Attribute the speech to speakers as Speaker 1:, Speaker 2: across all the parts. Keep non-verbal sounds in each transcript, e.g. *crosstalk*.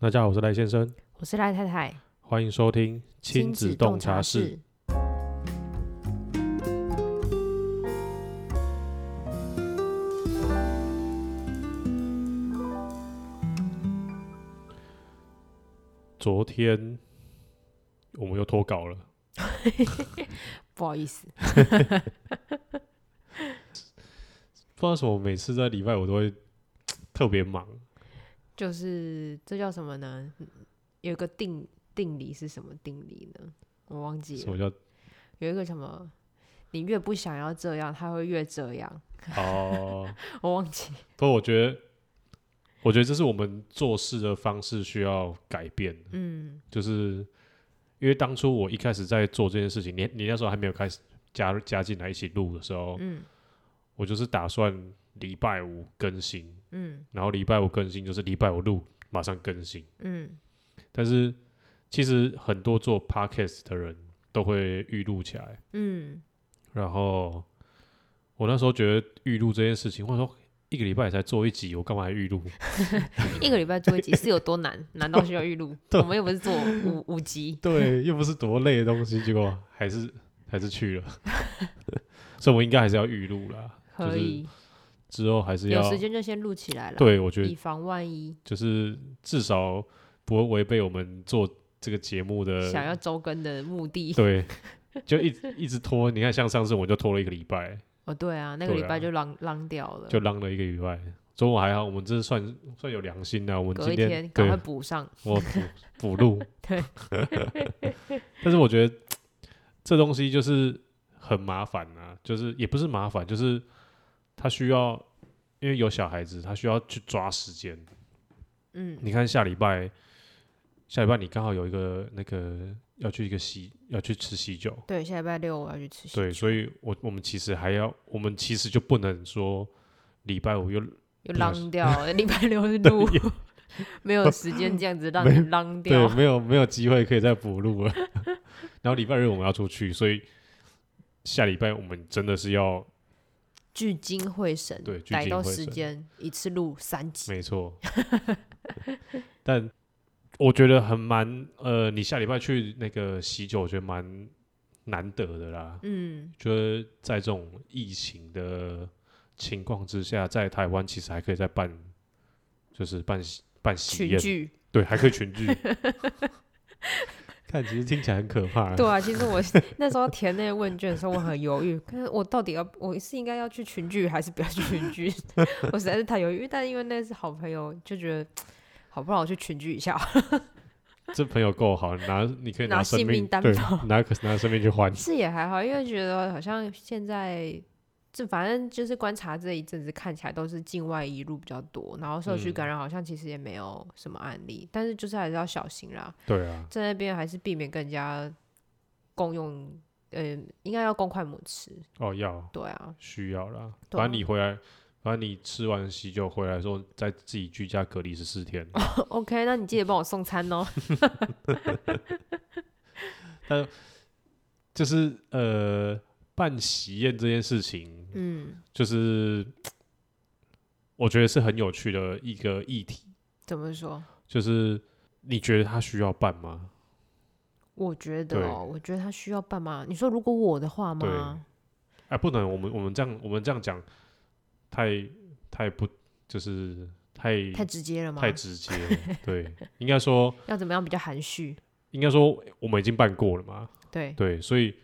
Speaker 1: 大家好，我是赖先生，
Speaker 2: 我是赖太太，
Speaker 1: 欢迎收听亲子洞察室。。昨天我们又脱稿了，
Speaker 2: 不好意思，
Speaker 1: 不知道为什么，每次在礼拜我都会特别忙，
Speaker 2: 就是这叫什么呢？嗯有一个定定理是什么定理呢？我忘记
Speaker 1: 什
Speaker 2: 了。
Speaker 1: 么叫
Speaker 2: 有一个什么，你越不想要这样，他会越这样。 *laughs*
Speaker 1: 哦？
Speaker 2: 我忘记。
Speaker 1: 不过我觉得，我觉得这是我们做事的方式需要改变。
Speaker 2: 嗯
Speaker 1: 就是因为当初我一开始在做这件事情，你你那时候还没有开始加入加进来一起录的时候，
Speaker 2: 嗯
Speaker 1: 我就是打算礼拜五更新，
Speaker 2: 嗯
Speaker 1: 然后礼拜五更新就是礼拜五录，马上更新。
Speaker 2: 嗯
Speaker 1: 但是其实很多做 podcast 的人都会预录起来，
Speaker 2: 嗯
Speaker 1: 然后我那时候觉得预录这件事情，或者说一个礼拜才做一集，我干嘛还预录？
Speaker 2: 嗯一个礼拜做一集是有多
Speaker 1: *laughs*
Speaker 2: 难？难道需要预录？我们又不是做五 *laughs* 五集。
Speaker 1: 对，又不是多累的东西，结果还是还是去了， *laughs* 所以我应该还是要预录啦，就
Speaker 2: 可
Speaker 1: 是
Speaker 2: 以，
Speaker 1: 之后还是要
Speaker 2: 有时间就先录起来了，
Speaker 1: 对，我觉
Speaker 2: 以
Speaker 1: 得
Speaker 2: 防万一
Speaker 1: 就是至少不会违背我们做这个节目的
Speaker 2: 想要周更的目的。
Speaker 1: 对，就一直一直拖。你看，像上次我就拖了一个礼拜，
Speaker 2: 哦，对啊，那个礼
Speaker 1: 对啊
Speaker 2: 拜就浪浪掉了，
Speaker 1: 就浪了一个礼拜。中午还好，我们这算算有良心的、我们
Speaker 2: 隔
Speaker 1: 今
Speaker 2: 一天赶
Speaker 1: 对
Speaker 2: 快补上。，
Speaker 1: 我补补录
Speaker 2: 对。
Speaker 1: *laughs* 但是我觉得这东西就是很麻烦啊，就是也不是麻烦，就是他需要，因为有小孩子，他需要去抓时间。
Speaker 2: 嗯，
Speaker 1: 你看下礼拜，下礼拜你刚好有一个那个要去一个喜要去吃喜酒，
Speaker 2: 对，下礼拜六我要去吃喜酒。
Speaker 1: 对，所以我我们其实还要，我们其实就不能说礼拜五又
Speaker 2: 又
Speaker 1: 不小心 *laughs*
Speaker 2: 浪掉，礼拜六日录， *laughs* 没有时间这样子让
Speaker 1: 没
Speaker 2: 你浪
Speaker 1: 对
Speaker 2: 掉。
Speaker 1: 没有没有机会可以再补录了。 *laughs* 然后礼拜日我们要出去，所以下礼拜我们真的是要
Speaker 2: 聚精会神，
Speaker 1: 对聚
Speaker 2: 逮
Speaker 1: 精
Speaker 2: 到
Speaker 1: 会
Speaker 2: 时
Speaker 1: 神
Speaker 2: 间一次录三集。
Speaker 1: 没错。但我觉得很蛮呃，你下礼拜去那个喜酒，我觉得蛮难得的啦。
Speaker 2: 嗯，
Speaker 1: 觉得在这种疫情的情况之下，在台湾其实还可以再办，就是办喜办喜
Speaker 2: 群
Speaker 1: 宴，
Speaker 2: 聚。
Speaker 1: 对，还可以群
Speaker 2: *laughs*
Speaker 1: 聚。看，其实听起来很可怕。
Speaker 2: 对啊，其实我那时候填那个问卷的时候，我很犹豫，看我到底要我是应该要去群聚还是不要去群聚， *laughs* 我实在是太犹豫。但因为那是好朋友，就觉得好，不然我去群聚一下。 *laughs*
Speaker 1: 这朋友够好，拿你可以
Speaker 2: 拿
Speaker 1: 生
Speaker 2: 性
Speaker 1: 命
Speaker 2: 命担
Speaker 1: 对，
Speaker 2: 保
Speaker 1: 拿拿生命去
Speaker 2: *laughs*
Speaker 1: 换。
Speaker 2: 是也还好，因为觉得好像现在这反正就是观察这一阵子，看起来都是境外移入比较多，然后社区
Speaker 1: 嗯
Speaker 2: 感染好像其实也没有什么案例，但是就是还是要小心啦，
Speaker 1: 对啊，
Speaker 2: 在那边还是避免更加共用，呃，应该要公筷母吃，
Speaker 1: 哦，要
Speaker 2: 对啊，
Speaker 1: 需要啦。
Speaker 2: 对啊
Speaker 1: 反正你回来，反正你吃完喜酒回来之后，再自己居家隔离十四天。
Speaker 2: *laughs* OK，那你记得帮我送餐哦。 *laughs*
Speaker 1: 就是呃，办喜宴这件事情，
Speaker 2: 嗯，
Speaker 1: 就是我觉得是很有趣的一个议题。
Speaker 2: 怎么说？
Speaker 1: 就是你觉得他需要办吗？
Speaker 2: 我觉得
Speaker 1: 对
Speaker 2: 哦，我觉得他需要爸妈。你说如果我的话
Speaker 1: 对
Speaker 2: 吗？
Speaker 1: 哎，不能，我们我们这样我们这样讲，太太不就是太
Speaker 2: 太直接了吗？
Speaker 1: 太直接了。对，应该说。
Speaker 2: 要怎么样比较含蓄？
Speaker 1: 应该说我们已经办过了嘛，
Speaker 2: 对，
Speaker 1: 对，所以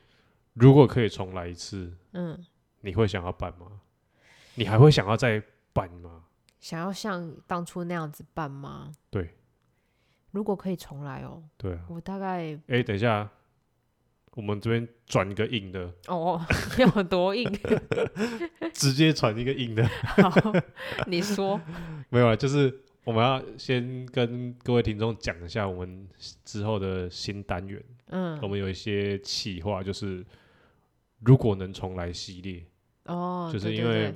Speaker 1: 如果可以重来一次，
Speaker 2: 嗯。
Speaker 1: 你会想要办吗？你还会想要再办吗？
Speaker 2: 想要像当初那样子办吗？
Speaker 1: 对，
Speaker 2: 如果可以重来哦，
Speaker 1: 对啊，
Speaker 2: 我大概
Speaker 1: 哎、等一下，我们这边转一个硬
Speaker 2: *laughs*
Speaker 1: 的，
Speaker 2: 哦有
Speaker 1: *laughs*
Speaker 2: 多硬？
Speaker 1: 直接转一个硬的，
Speaker 2: 好，你说，
Speaker 1: 没有啊，就是我们要先跟各位听众讲一下我们之后的新单元，我
Speaker 2: 嗯，
Speaker 1: 们有一些企划，就是如果能重来系列，
Speaker 2: 哦，
Speaker 1: 就是
Speaker 2: 对
Speaker 1: 因
Speaker 2: 对
Speaker 1: 为
Speaker 2: 对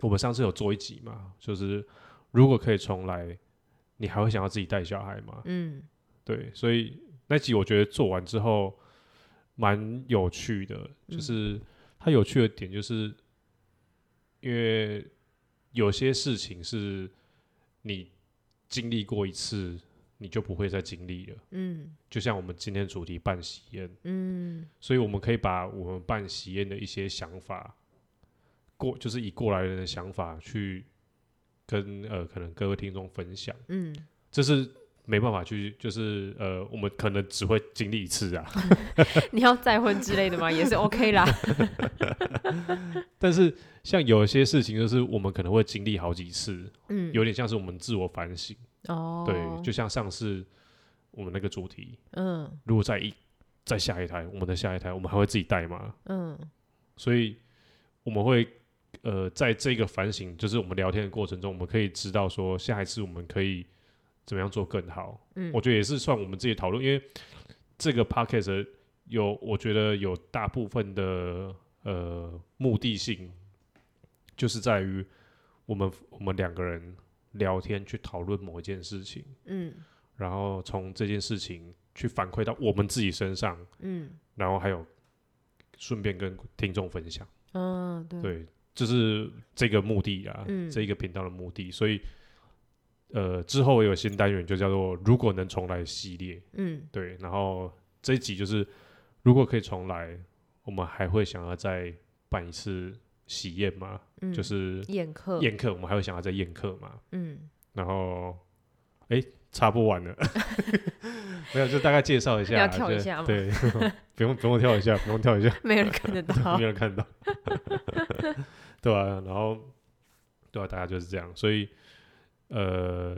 Speaker 1: 我们上次有做一集嘛，就是如果可以重来，你还会想要自己带小孩吗？
Speaker 2: 嗯
Speaker 1: 对，所以那集我觉得做完之后蛮有趣的，就
Speaker 2: 嗯
Speaker 1: 是它有趣的点就是，因为有些事情是你经历过一次，你就不会再经历了。
Speaker 2: 嗯
Speaker 1: 就像我们今天主题办喜宴，
Speaker 2: 嗯
Speaker 1: 所以我们可以把我们办喜宴的一些想法，过就是以过来人的想法去跟呃可能各位听众分享，
Speaker 2: 嗯， *laughs*
Speaker 1: 这是没办法去就是呃我们可能只会经历一次啊，
Speaker 2: 你要再婚之类的吗？也是
Speaker 1: *laughs*
Speaker 2: OK 啦。
Speaker 1: 但是像有一些事情就是我们可能会经历好几次，
Speaker 2: 嗯，
Speaker 1: 有点像是我们自我反省，
Speaker 2: 哦，
Speaker 1: 对，就像上次我们那个主题，
Speaker 2: 嗯
Speaker 1: 如果再一再下一台，我们的下一台我们还会自己带吗？
Speaker 2: 嗯
Speaker 1: 所以我们会呃，在这个反省，就是我们聊天的过程中，我们可以知道说，下一次我们可以怎么样做更好。
Speaker 2: 嗯
Speaker 1: 我觉得也是算我们自己讨论，因为这个 podcast 有，我觉得有大部分的呃目的性，就是在于我们我们两个人聊天去讨论某一件事情，
Speaker 2: 嗯
Speaker 1: 然后从这件事情去反馈到我们自己身上，
Speaker 2: 嗯
Speaker 1: 然后还有顺便跟听众分享。
Speaker 2: 嗯，对，
Speaker 1: 对，就是这个目的啊，
Speaker 2: 嗯
Speaker 1: 这一个频道的目的，所以呃，之后有新单元就叫做“如果能重来”系列，
Speaker 2: 嗯
Speaker 1: 对，然后这一集就是如果可以重来，我们还会想要再办一次喜宴嘛，
Speaker 2: 嗯，
Speaker 1: 就是
Speaker 2: 宴客，
Speaker 1: 宴客，我们还会想要再宴客嘛，
Speaker 2: 嗯
Speaker 1: 然后哎。插播
Speaker 2: *laughs*
Speaker 1: 完了，没有，就大概介绍一下，啊
Speaker 2: 要跳一
Speaker 1: 就
Speaker 2: 下吗
Speaker 1: 对， *laughs* 不用不用跳一下，不用跳一下，
Speaker 2: 没人看得
Speaker 1: *laughs*
Speaker 2: 到
Speaker 1: 没。有人
Speaker 2: *laughs*
Speaker 1: 看到，对啊，然后对啊，大家就是这样，所以呃，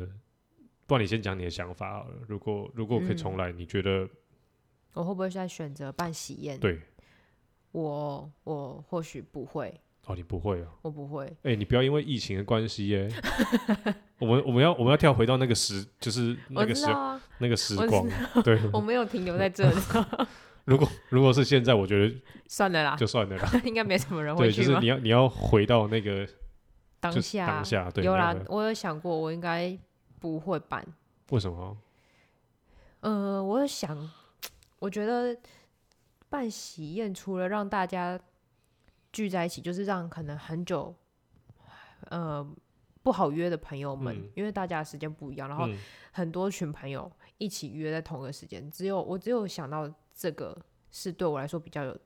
Speaker 1: 不然你先讲你的想法好了。如果如果可以
Speaker 2: 嗯
Speaker 1: 重来，你觉得
Speaker 2: 我会不会再选择办喜宴？
Speaker 1: 对
Speaker 2: 我我或许不会，
Speaker 1: 哦，你不会啊？
Speaker 2: 我不会。
Speaker 1: 哎、你不要因为疫情的关系
Speaker 2: *laughs*
Speaker 1: 耶、我们我们要我们要跳回到那个时，就是那
Speaker 2: 我
Speaker 1: 个
Speaker 2: 知
Speaker 1: 时
Speaker 2: 道啊，
Speaker 1: 那个时
Speaker 2: 我知
Speaker 1: 光。对，
Speaker 2: 我没有停留在这
Speaker 1: *laughs*
Speaker 2: 里，
Speaker 1: 如果如果是现在，我觉得
Speaker 2: 算了啦，
Speaker 1: 就算了啦。
Speaker 2: 应该没什么人
Speaker 1: 对，
Speaker 2: 会
Speaker 1: 就
Speaker 2: 啊去
Speaker 1: 是
Speaker 2: 吧
Speaker 1: 你。要你要回到那个
Speaker 2: 当
Speaker 1: 就是
Speaker 2: 下
Speaker 1: 当下，对，
Speaker 2: 有
Speaker 1: 你要
Speaker 2: 啦
Speaker 1: 回，
Speaker 2: 我有想过，我应该不会办。
Speaker 1: 为什么？
Speaker 2: 呃，我有想，我觉得办喜宴除了让大家聚在一起，就是让可能很久呃不好约的朋友们，
Speaker 1: 嗯
Speaker 2: 因为大家的时间不一样，然后
Speaker 1: 嗯
Speaker 2: 很多群朋友一起约在同一个时间，只有我只有想到这个是对我来说比较有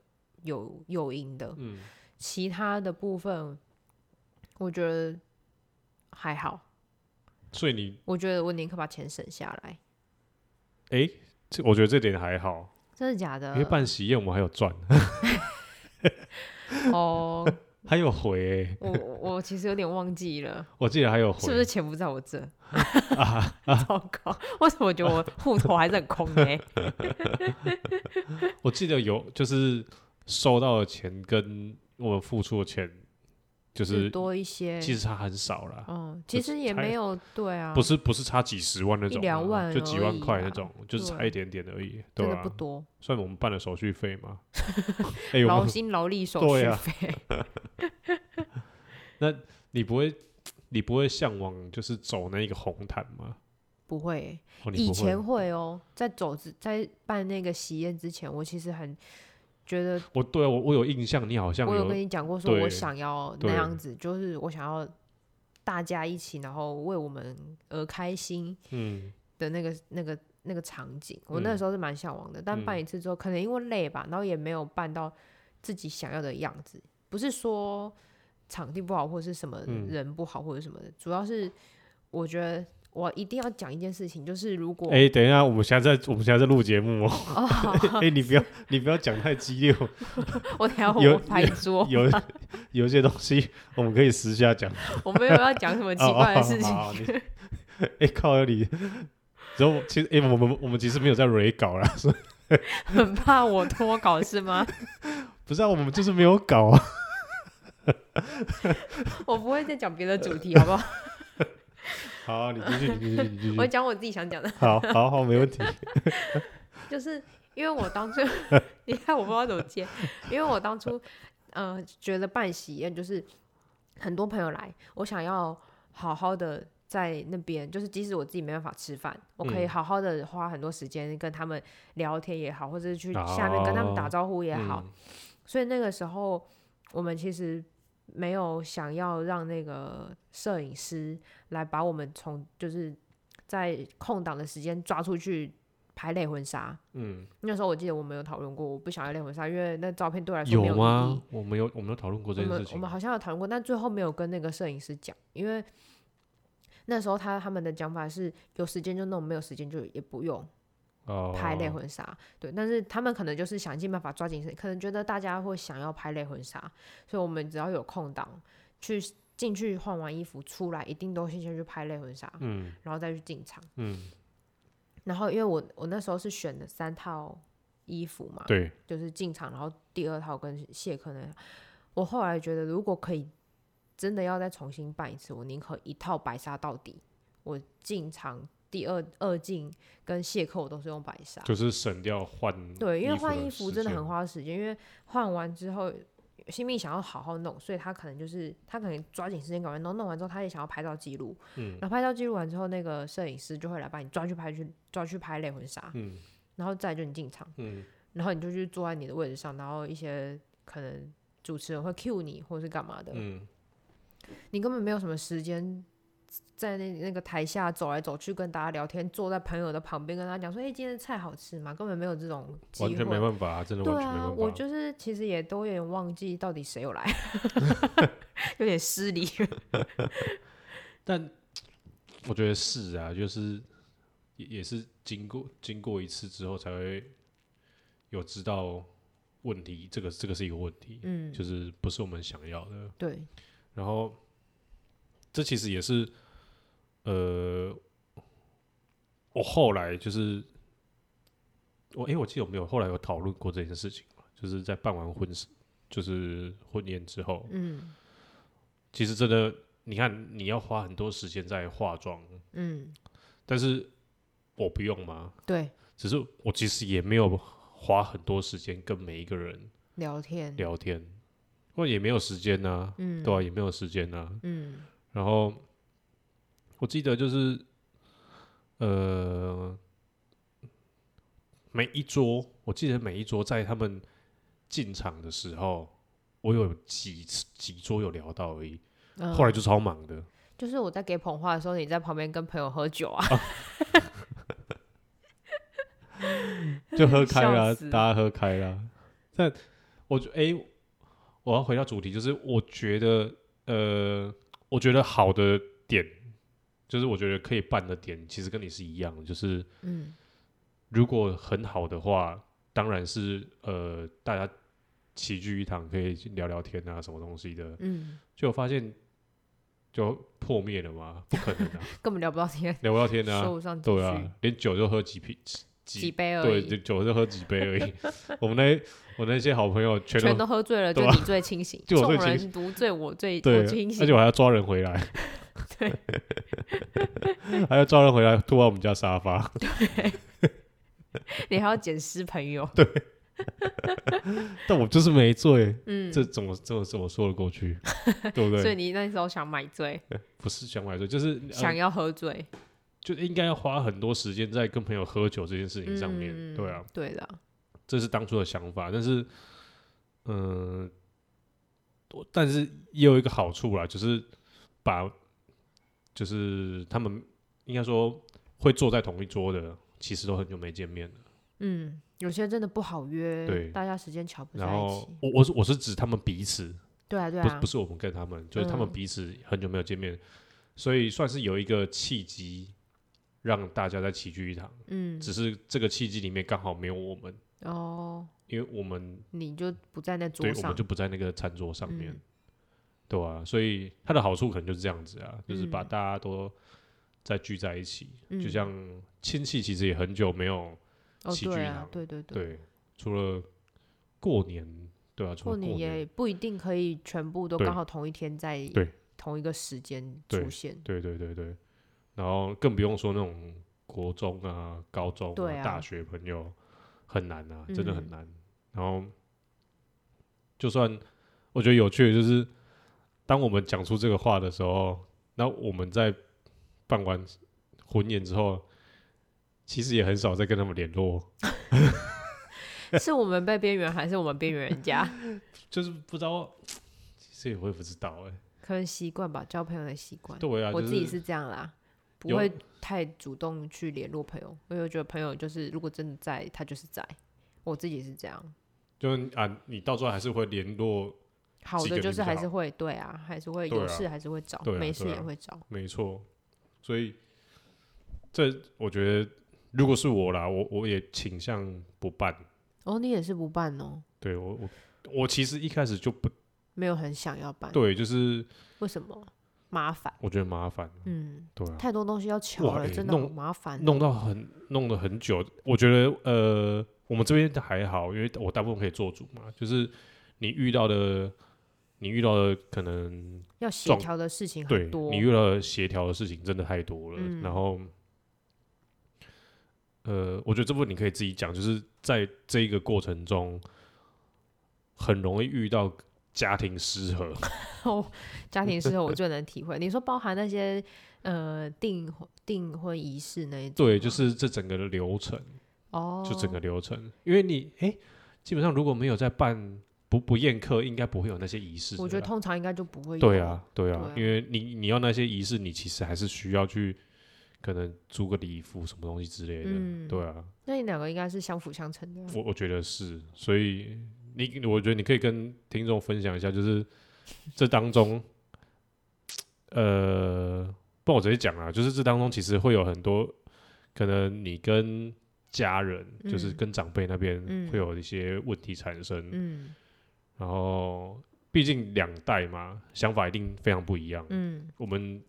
Speaker 2: 有诱因的，
Speaker 1: 嗯
Speaker 2: 其他的部分我觉得还好，
Speaker 1: 所以你
Speaker 2: 我觉得我宁可把钱省下来，
Speaker 1: 哎、这我觉得这点还好。
Speaker 2: 真的假
Speaker 1: 因为
Speaker 2: 的？
Speaker 1: 办喜宴我们还有赚， *laughs*
Speaker 2: 哦，
Speaker 1: 还有回、欸，
Speaker 2: 我我我其实有点忘
Speaker 1: *laughs*
Speaker 2: 记了，
Speaker 1: 我记得还有回，
Speaker 2: 是不是钱不在我这？ *laughs*
Speaker 1: 啊
Speaker 2: 糟糕，为什么我觉得我户头还是很空呢、欸
Speaker 1: 我记得有就是收到的钱跟我们付出的钱，就是
Speaker 2: 多一些，
Speaker 1: 其实差很少啦，
Speaker 2: 嗯，
Speaker 1: 就
Speaker 2: 其
Speaker 1: 是
Speaker 2: 实也
Speaker 1: 才
Speaker 2: 没有对啊，
Speaker 1: 不是不是差几十万那种啊，
Speaker 2: 一两万
Speaker 1: 就几万块
Speaker 2: 而已啊
Speaker 1: 那种，就是差
Speaker 2: 对啊
Speaker 1: 一点点而已，对啊
Speaker 2: 真的
Speaker 1: 吧、
Speaker 2: 不多，
Speaker 1: 算我们办的手续费
Speaker 2: *laughs*
Speaker 1: 嘛，哎、我
Speaker 2: 劳
Speaker 1: 们
Speaker 2: 心劳力手
Speaker 1: 对
Speaker 2: 续
Speaker 1: 啊
Speaker 2: 费。 *laughs*
Speaker 1: 你不会你不会向往就是走那一个红毯吗？
Speaker 2: 不会欸、
Speaker 1: 哦，你
Speaker 2: 以
Speaker 1: 不会
Speaker 2: 前会哦、在走之在办那个喜宴之前，我其实很觉得，
Speaker 1: 我对啊、我我有印象，你好像
Speaker 2: 我有
Speaker 1: 有
Speaker 2: 跟你讲过，说
Speaker 1: 对
Speaker 2: 我想要那
Speaker 1: 对
Speaker 2: 样子，就是我想要大家一起，然后为我们而开心
Speaker 1: 嗯
Speaker 2: 的那个那个那个场景，我那
Speaker 1: 嗯
Speaker 2: 时候是蛮向往的。但办
Speaker 1: 嗯
Speaker 2: 一次之后，可能因为累吧，然后也没有办到自己想要的样子，不是说场地不好，或是什么
Speaker 1: 嗯
Speaker 2: 人不好，或者什么的，主要是我觉得。我一定要讲一件事情，就是如果
Speaker 1: 哎、等一下，我们现在在我们现在在录节目哦、
Speaker 2: 哦，好
Speaker 1: *laughs* 哎、你不要，你不要讲太激烈哦，
Speaker 2: 我等一下
Speaker 1: 有
Speaker 2: 我拍桌，
Speaker 1: 有 *laughs* 有一些东西我们可以私下讲。
Speaker 2: 我没有要讲什么奇怪的事情。
Speaker 1: 哦哦好好你哎、靠你！然后其实哎、我们我们其实没有在 re 搞啦，所以
Speaker 2: 很怕我脱稿是吗？ *laughs*
Speaker 1: 不是啊，我们就是没有搞啊。 *laughs*
Speaker 2: 我不会再讲别的主
Speaker 1: *laughs*
Speaker 2: 题，好不好？
Speaker 1: 好，你继续，你继续，你继
Speaker 2: 我
Speaker 1: 续。
Speaker 2: 讲我自己想讲的，
Speaker 1: 好好好，没问
Speaker 2: *laughs*
Speaker 1: 题。
Speaker 2: 就是因为我
Speaker 1: *laughs*
Speaker 2: 当初，你看我不知道怎么接，因为我当初，呃，觉得办喜宴就是很多朋友来，我想要好好的在那边，就是即使我自己没办法吃饭，我可以
Speaker 1: 嗯
Speaker 2: 好好的花很多时间跟他们聊天也好，或者是去下面跟他们打
Speaker 1: 哦
Speaker 2: 招呼也啊好，
Speaker 1: 嗯
Speaker 2: 所以那个时候我们其实没有想要让那个摄影师来把我们从就是在空档的时间抓出去拍类婚纱。
Speaker 1: 嗯，
Speaker 2: 那时候我记得我们有讨论过，我不想要类婚纱，因为那照片对我来说
Speaker 1: 有
Speaker 2: 没有意义
Speaker 1: 吗。？我们有我们有讨论过这
Speaker 2: 我
Speaker 1: 件
Speaker 2: 们
Speaker 1: 事
Speaker 2: 我
Speaker 1: 情
Speaker 2: 们。好像有讨论过，但最后没有跟那个摄影师讲，因为那时候他他们的讲法是有时间就弄，没有时间就也不用
Speaker 1: 哦，
Speaker 2: 拍类婚纱。对，但是他们可能就是想尽办法抓紧时，可能觉得大家会想要拍类婚纱，所以我们只要有空档去进去换完衣服出来，一定都先先去拍类婚纱，
Speaker 1: 嗯
Speaker 2: 然后再去进场。
Speaker 1: 嗯，
Speaker 2: 然后因为我我那时候是选的三套衣服嘛，
Speaker 1: 对，
Speaker 2: 就是进场，然后第二套跟谢克那套。我后来觉得，如果可以真的要再重新办一次，我宁可一套白纱到底。我进场第二二进跟谢克我都是用白纱，
Speaker 1: 就是省掉换
Speaker 2: 对，因为换
Speaker 1: 的
Speaker 2: 衣服
Speaker 1: 时
Speaker 2: 真的
Speaker 1: 间
Speaker 2: 很花时间，因为换完之后，新密想要好好弄，所以他可能就是他可能抓紧时间赶快弄，弄完之后他也想要拍照记录，
Speaker 1: 嗯
Speaker 2: 然后拍照记录完之后，那个摄影师就会来把你抓去拍去抓去拍类婚纱，
Speaker 1: 嗯
Speaker 2: 然后再就你进场，
Speaker 1: 嗯
Speaker 2: 然后你就去坐在你的位置上，然后一些可能主持人会 cue 你或是干嘛的，
Speaker 1: 嗯，
Speaker 2: 你根本没有什么时间在那那个台下走来走去跟大家聊天，坐在朋友的旁边跟他讲说，哎、今天的菜好吃吗？根本没有这种机会，
Speaker 1: 完全没办法啊，真的
Speaker 2: 对
Speaker 1: 完全没
Speaker 2: 啊，
Speaker 1: 办
Speaker 2: 我
Speaker 1: 法。
Speaker 2: 就是其实也都有点忘记到底谁有来， *laughs* 有点
Speaker 1: *laughs*
Speaker 2: 失礼。
Speaker 1: 但我觉得是啊，就是也也是经过经过一次之后才会有知道问题，这个这个是一个问题，
Speaker 2: 嗯，
Speaker 1: 就是不是我们想要的。
Speaker 2: 对，
Speaker 1: 然后这其实也是呃，我后来就是我诶，我记得我们有后来有讨论过这件事情嘛就是在办完婚事就是婚宴之后，
Speaker 2: 嗯
Speaker 1: 其实真的你看你要花很多时间在化妆，
Speaker 2: 嗯，
Speaker 1: 但是我不用嘛，
Speaker 2: 对，
Speaker 1: 只是我其实也没有花很多时间跟每一个人
Speaker 2: 聊天，
Speaker 1: 聊天，或也没有时间呐、啊
Speaker 2: 嗯，
Speaker 1: 对吧、也没有时间呐、啊
Speaker 2: 嗯
Speaker 1: 然后我记得就是，呃，每一桌，我记得每一桌在他们进场的时候，我有几次几桌有聊到而已，
Speaker 2: 嗯，
Speaker 1: 后来就超忙的。
Speaker 2: 就是我在给捧花的时候，你在旁边跟朋友喝酒啊， *laughs*
Speaker 1: 就喝开了
Speaker 2: 笑
Speaker 1: 啊，
Speaker 2: 死
Speaker 1: 大家喝开了啊。但我觉诶，我要回到主题，就是我觉得呃，我觉得好的点，就是我觉得可以办的点，其实跟你是一样的，就是
Speaker 2: 嗯
Speaker 1: 如果很好的话，当然是呃大家齐聚一堂，可以聊聊天啊，什么东西的。
Speaker 2: 嗯，
Speaker 1: 就我发现就破灭了嘛，不可能啊，
Speaker 2: 根本聊不到天，
Speaker 1: 聊不到
Speaker 2: *laughs*
Speaker 1: 天
Speaker 2: 说
Speaker 1: 啊，
Speaker 2: 不上几
Speaker 1: 对
Speaker 2: 句
Speaker 1: 啊，，连酒就喝几瓶几
Speaker 2: 几杯而
Speaker 1: 对，
Speaker 2: 已，
Speaker 1: 就酒就喝几杯而
Speaker 2: *laughs*
Speaker 1: 已。我们那我那些好朋友全都
Speaker 2: 全都喝醉了，就
Speaker 1: 对啊
Speaker 2: 你最清醒，
Speaker 1: *laughs* 就我
Speaker 2: 众
Speaker 1: 最清
Speaker 2: 人独醉我
Speaker 1: *laughs*
Speaker 2: 最
Speaker 1: 对，
Speaker 2: 我清
Speaker 1: 而
Speaker 2: 醒
Speaker 1: 且，我还要抓人回来，
Speaker 2: *laughs* 对，
Speaker 1: *laughs* 还要抓人回来吐到我们家沙发，
Speaker 2: 你还要捡尸朋友，
Speaker 1: 但我就是没醉，
Speaker 2: 嗯，
Speaker 1: 这怎么这么怎么说得过
Speaker 2: *laughs*
Speaker 1: 去，对不
Speaker 2: 所
Speaker 1: 对？
Speaker 2: 以你那时候想买醉，
Speaker 1: 不是想买醉，就是、呃
Speaker 2: 想要喝醉，
Speaker 1: 就应该要花很多时间在跟朋友喝酒这件事情上面，
Speaker 2: 嗯
Speaker 1: 对啊，，
Speaker 2: 对的，
Speaker 1: 这是当初的想法，但是，嗯、我但是也有一个好处啦，就是把，就是他们应该说会坐在同一桌的，其实都很久没见面了。
Speaker 2: 嗯，有些真的不好约，
Speaker 1: 对
Speaker 2: 大家时间巧不在
Speaker 1: 然
Speaker 2: 一
Speaker 1: 后
Speaker 2: 起。
Speaker 1: 我我是我是指他们彼此，
Speaker 2: 对啊，对
Speaker 1: 不是
Speaker 2: 啊，
Speaker 1: 不是我们跟他们，就是他们
Speaker 2: 嗯
Speaker 1: 彼此很久没有见面，所以算是有一个契机让大家再齐聚一堂。
Speaker 2: 嗯，
Speaker 1: 只是这个契机里面刚好没有我们，
Speaker 2: 哦，
Speaker 1: 因为我们
Speaker 2: 你就不在那桌
Speaker 1: 对，我
Speaker 2: 上
Speaker 1: 们就，不在那个餐桌上面，
Speaker 2: 嗯
Speaker 1: 对啊，所以它的好处可能就是这样子啊，就是把
Speaker 2: 嗯
Speaker 1: 大家都再聚在一起，就
Speaker 2: 嗯
Speaker 1: 像亲戚其实也很久没有
Speaker 2: 哦，
Speaker 1: 齐聚
Speaker 2: 对
Speaker 1: 一
Speaker 2: 啊
Speaker 1: 堂，
Speaker 2: 对对对，
Speaker 1: 对，除了过年，对啊，除
Speaker 2: 过
Speaker 1: 了
Speaker 2: 年也不一定可以全部都
Speaker 1: 对
Speaker 2: 刚好同一天在
Speaker 1: 对
Speaker 2: 同一个时间
Speaker 1: 对
Speaker 2: 出现， *laughs*
Speaker 1: 对对对对，然后更不用说那种国中啊、高中
Speaker 2: 对啊
Speaker 1: 大学朋友很难啊，真的很
Speaker 2: 嗯
Speaker 1: 难。然后就算我觉得有趣的就是，当我们讲出这个话的时候，那我们在办完婚宴之后，其实也很少再跟他们联络，
Speaker 2: 是我们被边缘，还是我们边缘人家？ *laughs*
Speaker 1: 就是不知道，其实也我也不知道哎、
Speaker 2: 可能习惯吧，交朋友的习惯。
Speaker 1: 对啊，
Speaker 2: 我
Speaker 1: 就
Speaker 2: 自己
Speaker 1: 是
Speaker 2: 是这样啦，不
Speaker 1: 有
Speaker 2: 会太主动去联络朋友，因为我觉得朋友就是如果真的在，他就是在。我自己是这样，
Speaker 1: 就是啊，你到最后还是会联络，
Speaker 2: 好
Speaker 1: 几个
Speaker 2: 的
Speaker 1: 人
Speaker 2: 就
Speaker 1: 比
Speaker 2: 是
Speaker 1: 较
Speaker 2: 还
Speaker 1: 好
Speaker 2: 是会对啊，还是会
Speaker 1: 对
Speaker 2: 有
Speaker 1: 啊
Speaker 2: 事还是会找，
Speaker 1: 对啊
Speaker 2: 没事
Speaker 1: 对啊
Speaker 2: 也会找。
Speaker 1: 没错。所以这我觉得，如果是我啦，我我也倾向不办。
Speaker 2: 哦，你也是不办哦，
Speaker 1: 对我我我其实一开始就不
Speaker 2: 没有很想要办，
Speaker 1: 对，就是
Speaker 2: 为什么？麻烦，
Speaker 1: 我觉得麻烦，
Speaker 2: 嗯，
Speaker 1: 对啊，
Speaker 2: 太多东西要瞧
Speaker 1: 哇
Speaker 2: 了，
Speaker 1: 欸
Speaker 2: 真的
Speaker 1: 弄
Speaker 2: 好麻烦。哦
Speaker 1: 弄到很弄了很久。我觉得呃，我们这边还好，因为我大部分可以做主嘛，就是你遇到的。你遇到的可能
Speaker 2: 要协
Speaker 1: 撞
Speaker 2: 调的事情
Speaker 1: 对
Speaker 2: 很多
Speaker 1: 你，遇到的协调的事情真的太多了，
Speaker 2: 嗯
Speaker 1: 然后，呃，我觉得这部分你可以自己讲，就是在这一个过程中，很容易遇到家庭失
Speaker 2: *laughs*
Speaker 1: 和，
Speaker 2: 家庭适合
Speaker 1: *laughs*
Speaker 2: 我最能体会。你说包含那些呃订订婚仪式那一种吗，
Speaker 1: 对，就是这整个的流程，
Speaker 2: 哦，
Speaker 1: 就整个流程，因为你哎、基本上如果没有在办不不宴客，应该不会有那些仪式的啦。
Speaker 2: 我觉得通常应该就不会有
Speaker 1: 啊对啊，，对啊，
Speaker 2: 对啊
Speaker 1: 因为你你要那些仪式，你其实还是需要去可能租个礼服什么东西之类的，
Speaker 2: 嗯
Speaker 1: 对啊，
Speaker 2: 那你两个应该是相辅相成的。
Speaker 1: 我我觉得是，所以你我觉得你可以跟听众分享一下，就是这当中，呃，不然我直接讲啊，就是这当中其实会有很多可能你跟家人，就是
Speaker 2: 嗯
Speaker 1: 跟长辈那边
Speaker 2: 嗯
Speaker 1: 会有一些问题产生，
Speaker 2: 嗯
Speaker 1: 然后毕竟两代嘛，想法一定非常不一样。
Speaker 2: 嗯
Speaker 1: 我们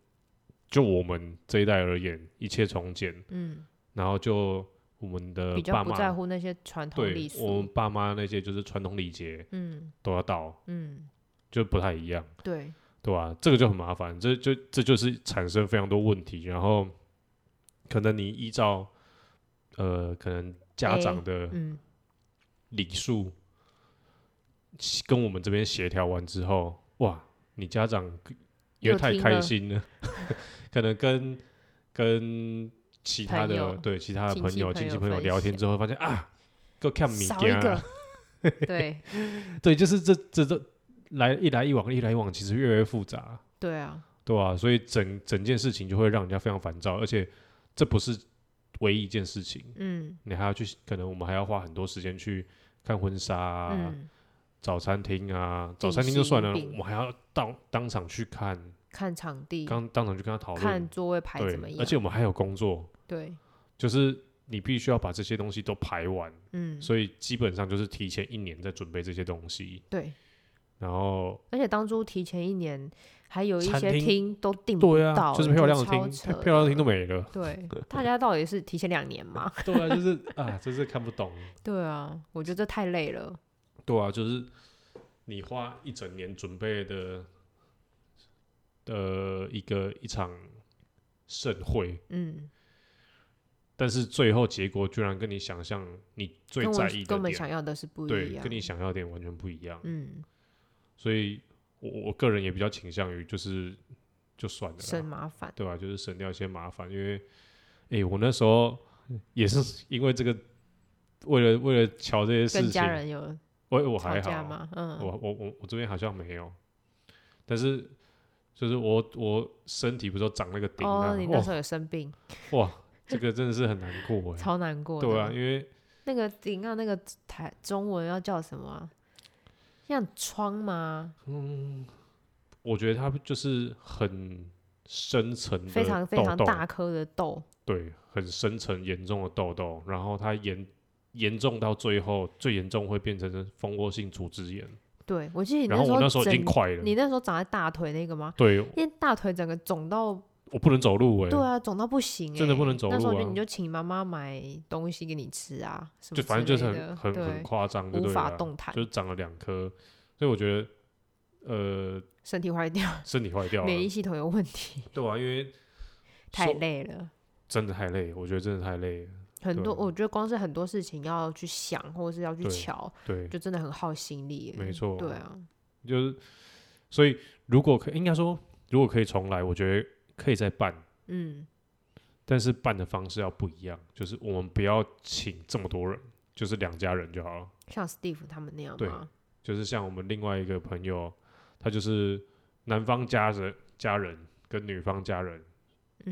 Speaker 1: 就我们这一代而言，一切从简，
Speaker 2: 嗯，
Speaker 1: 然后就我们的
Speaker 2: 比较
Speaker 1: 呃爸
Speaker 2: 不在
Speaker 1: 妈。
Speaker 2: 乎那些传统
Speaker 1: 对
Speaker 2: 礼
Speaker 1: 我
Speaker 2: 俗
Speaker 1: 们。爸妈那些就是传统礼节，
Speaker 2: 嗯
Speaker 1: 都要到，
Speaker 2: 嗯，
Speaker 1: 就不太一样，
Speaker 2: 对，
Speaker 1: 对吧、这个就很麻烦，这就这就是产生非常多问题，然后可能你依照呃可能家长的
Speaker 2: 嗯
Speaker 1: 礼数、跟我们这边协调完之后，哇，你家长因为
Speaker 2: 又
Speaker 1: 太
Speaker 2: 听
Speaker 1: 开
Speaker 2: 了
Speaker 1: 心了， *laughs* 可能跟跟其他
Speaker 2: 朋
Speaker 1: 的
Speaker 2: 友
Speaker 1: 对其他的
Speaker 2: 亲
Speaker 1: 朋
Speaker 2: 戚
Speaker 1: 友、
Speaker 2: 朋
Speaker 1: 亲戚
Speaker 2: 友
Speaker 1: 朋友
Speaker 2: 分
Speaker 1: 聊天
Speaker 2: 享
Speaker 1: 之后，发现啊，够看米啊
Speaker 2: 少一
Speaker 1: 家。
Speaker 2: 个，
Speaker 1: *laughs*
Speaker 2: 对
Speaker 1: 对，就是这这这来一来一往，一来一往，其实越来越复杂，
Speaker 2: 对啊，
Speaker 1: 对吧、所以整整件事情就会让人家非常烦躁，而且这不是唯一一件事情，
Speaker 2: 嗯
Speaker 1: 你还要去，可能我们还要花很多时间去看婚纱、啊、
Speaker 2: 嗯，
Speaker 1: 找餐厅啊，找
Speaker 2: 进
Speaker 1: 餐厅就算了，
Speaker 2: 行
Speaker 1: 我们还要当当场去看，
Speaker 2: 看场地，
Speaker 1: 刚当场去跟他讨
Speaker 2: 看
Speaker 1: 论，
Speaker 2: 座位排
Speaker 1: 对
Speaker 2: 怎么，样，
Speaker 1: 而且我们还有工作，
Speaker 2: 对，
Speaker 1: 就是你必须要把这些东西都排完，
Speaker 2: 嗯，
Speaker 1: 所以基本上就是提前一年在准备这些东西，
Speaker 2: 对，
Speaker 1: 然后
Speaker 2: 而且当初提前一年还有一
Speaker 1: 餐
Speaker 2: 些
Speaker 1: 厅
Speaker 2: 厅都订不
Speaker 1: 对啊，
Speaker 2: 嗯到，
Speaker 1: 就是漂亮的
Speaker 2: 超
Speaker 1: 厅，
Speaker 2: 扯
Speaker 1: 漂亮的厅都没 *laughs* 了。
Speaker 2: 对，大家到底是提前两年吗？
Speaker 1: 对啊，就是啊，真是看不懂。
Speaker 2: *laughs* 对啊，我觉得这太累了。
Speaker 1: 对啊，就是你花一整年准备的的一个一场盛会，
Speaker 2: 嗯，
Speaker 1: 但是最后结果居然跟你想象你最
Speaker 2: 跟
Speaker 1: 在
Speaker 2: 我
Speaker 1: 意的
Speaker 2: 根本想
Speaker 1: 点，
Speaker 2: 要的是不一
Speaker 1: 对，
Speaker 2: 样。
Speaker 1: 跟你想要的点完全不一样。
Speaker 2: 嗯，
Speaker 1: 所以我我个人也比较倾向于就是就算了啦，
Speaker 2: 生麻烦。
Speaker 1: 对吧、啊就是省掉一些麻烦，因为，诶，我那时候也是因为这个，为了为了瞧这些
Speaker 2: 跟
Speaker 1: 事情
Speaker 2: 家，人有
Speaker 1: 我我
Speaker 2: 吵
Speaker 1: 还
Speaker 2: 架
Speaker 1: 好，
Speaker 2: 吗？嗯，
Speaker 1: 我我我我这边好像没有，但是就是我我身体不是都长那个钉啊
Speaker 2: 哦，你，那时
Speaker 1: 哇
Speaker 2: 候有生病，
Speaker 1: 哇，这个真的是很难过哎，
Speaker 2: 超难过的。
Speaker 1: 对啊，因为
Speaker 2: 那个顶啊，那个台中文要叫什么啊？像疮吗？
Speaker 1: 嗯我觉得它就是很深层的
Speaker 2: 非常非
Speaker 1: 痘
Speaker 2: 常
Speaker 1: 痘
Speaker 2: 大颗的痘，
Speaker 1: 对，很深层严重的痘痘，然后它严严重到最后，最严重会变成是蜂窝性组织炎。
Speaker 2: 对我记得你
Speaker 1: 然后我那时候已经
Speaker 2: 整，
Speaker 1: 快了，
Speaker 2: 你那时候长在大腿那个吗？
Speaker 1: 对
Speaker 2: 因为大腿整个肿到
Speaker 1: 我不能走路哎、
Speaker 2: 对啊，肿到不行、欸，
Speaker 1: 真的不能走
Speaker 2: 那时候
Speaker 1: 路
Speaker 2: 就
Speaker 1: 啊
Speaker 2: 你就请妈妈买东西给你吃啊，什么
Speaker 1: 就反正
Speaker 2: 之
Speaker 1: 就是
Speaker 2: 类的
Speaker 1: 很很很
Speaker 2: 对，
Speaker 1: 夸张，就
Speaker 2: 无
Speaker 1: 对
Speaker 2: 法
Speaker 1: 了啊
Speaker 2: 动弹，
Speaker 1: 就是长了两颗，所以我觉得呃
Speaker 2: 身体坏掉，
Speaker 1: 身体坏掉了
Speaker 2: 免，疫系统有
Speaker 1: *laughs*
Speaker 2: 问题，
Speaker 1: 对啊，因为
Speaker 2: *laughs* 太
Speaker 1: 受
Speaker 2: 累了。
Speaker 1: 真的太累，我觉得真的太累了，
Speaker 2: 很多，
Speaker 1: 对
Speaker 2: 我觉得光是很多事情要去想，或者是要去
Speaker 1: 对
Speaker 2: 瞧，
Speaker 1: 对，
Speaker 2: 就真的很耗心力欸。
Speaker 1: 没错
Speaker 2: 对啊，
Speaker 1: 就是所以如果可应该说如果可以重来，我觉得可以再办，
Speaker 2: 嗯，
Speaker 1: 但是办的方式要不一样，就是我们不要请这么多人，就是两家人就好了。
Speaker 2: 像 Steve 他们那样
Speaker 1: 对
Speaker 2: 嘛，
Speaker 1: 就是像我们另外一个朋友，他就是男方家人家人跟女方家人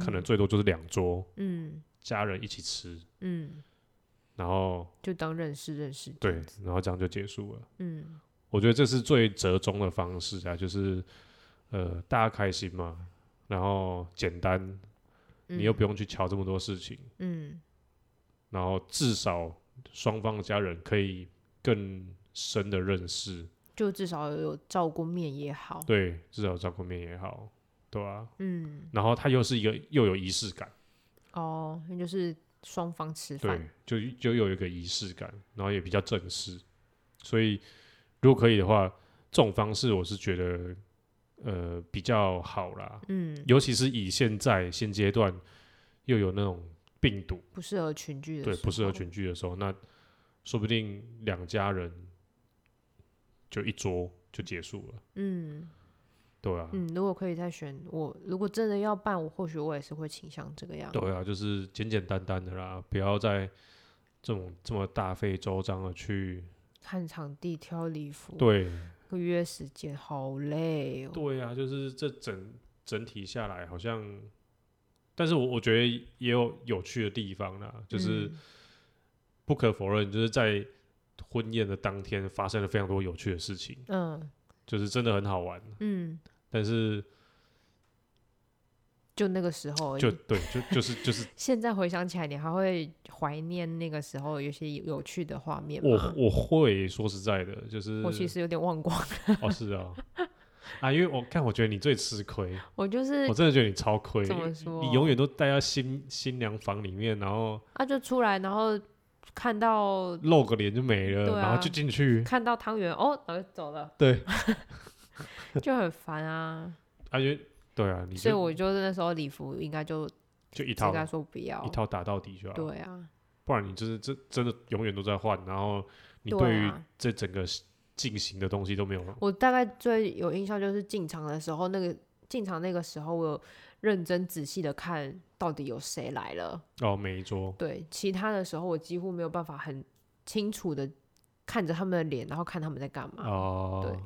Speaker 1: 可能最多就是两桌，
Speaker 2: 嗯
Speaker 1: 家人一起吃，
Speaker 2: 嗯，
Speaker 1: 然后
Speaker 2: 就当认识认识。
Speaker 1: 对，，然后这样就结束了。
Speaker 2: 嗯
Speaker 1: 我觉得这是最折中的方式啊，就是呃，大家开心嘛，然后简单，你又不用去瞧这么多事情，
Speaker 2: 嗯
Speaker 1: 然后至少双方的家人可以更深的认识，
Speaker 2: 就至少有照过面也好。
Speaker 1: 对，至少照顾面也好，对啊。
Speaker 2: 嗯，
Speaker 1: 然后它又是一个又有仪式感，
Speaker 2: 哦，那就是双方吃
Speaker 1: 对
Speaker 2: 饭。，
Speaker 1: 就就有一个仪式感，然后也比较正式，所以如果可以的话，这种方式我是觉得呃比较好啦，
Speaker 2: 嗯，
Speaker 1: 尤其是以现在现阶段又有那种病毒，
Speaker 2: 不适合群聚的。
Speaker 1: 对，不适合。群聚的时候，那说不定两家人就一桌就结束了，
Speaker 2: 嗯
Speaker 1: 对啊，
Speaker 2: 嗯，如果可以再选，我如果真的要办，我或许我也是会倾向这个样。
Speaker 1: 对啊，就是简简单单的啦，不要再这种这么大费周章的去，
Speaker 2: 看场地、挑礼服、
Speaker 1: 对，
Speaker 2: 约时间，好累哦。
Speaker 1: 对啊，就是这整整体下来好像，但是我我觉得也有有趣的地方啦，就是
Speaker 2: 嗯
Speaker 1: 不可否认，就是在婚宴的当天发生了非常多有趣的事情，
Speaker 2: 嗯
Speaker 1: 就是真的很好玩，
Speaker 2: 嗯，
Speaker 1: 但是
Speaker 2: 就那个时候而已，
Speaker 1: 就对，就就是就是
Speaker 2: 现在回想起来，你还会怀念那个时候有些有趣的画面
Speaker 1: 我
Speaker 2: 吗？
Speaker 1: 我会说实在的，就是
Speaker 2: 我其实有点忘光， *laughs*
Speaker 1: 哦是啊啊，因为我看我觉得你最吃亏，
Speaker 2: 我就是
Speaker 1: 我真的觉得你超亏，
Speaker 2: 怎么说
Speaker 1: 你永远都待在新新娘房里面，然后
Speaker 2: 啊，就出来，然后看到
Speaker 1: 露个脸就没了，
Speaker 2: 对啊
Speaker 1: 然后就进去，
Speaker 2: 看到汤圆，哦，然后就走了，
Speaker 1: 对。
Speaker 2: *laughs* 就很烦啊。
Speaker 1: 啊，因为对啊，你
Speaker 2: 所以
Speaker 1: 就
Speaker 2: 我就是那时候礼服应该就
Speaker 1: 就一
Speaker 2: 应
Speaker 1: 套
Speaker 2: 该说不要
Speaker 1: 一，套打到底就好，
Speaker 2: 对啊，
Speaker 1: 不然你就是真真的永远都在换，然后你
Speaker 2: 对
Speaker 1: 对于
Speaker 2: 啊
Speaker 1: 这整个进行的东西都没有。
Speaker 2: 我大概最有印象就是进场的时候，那个进场那个时候，我有认真仔细的看到底有谁来了。
Speaker 1: 哦，每一桌，
Speaker 2: 对，其他的时候我几乎没有办法很清楚的看着他们的脸，然后看他们在干嘛。
Speaker 1: 哦，
Speaker 2: 嗯对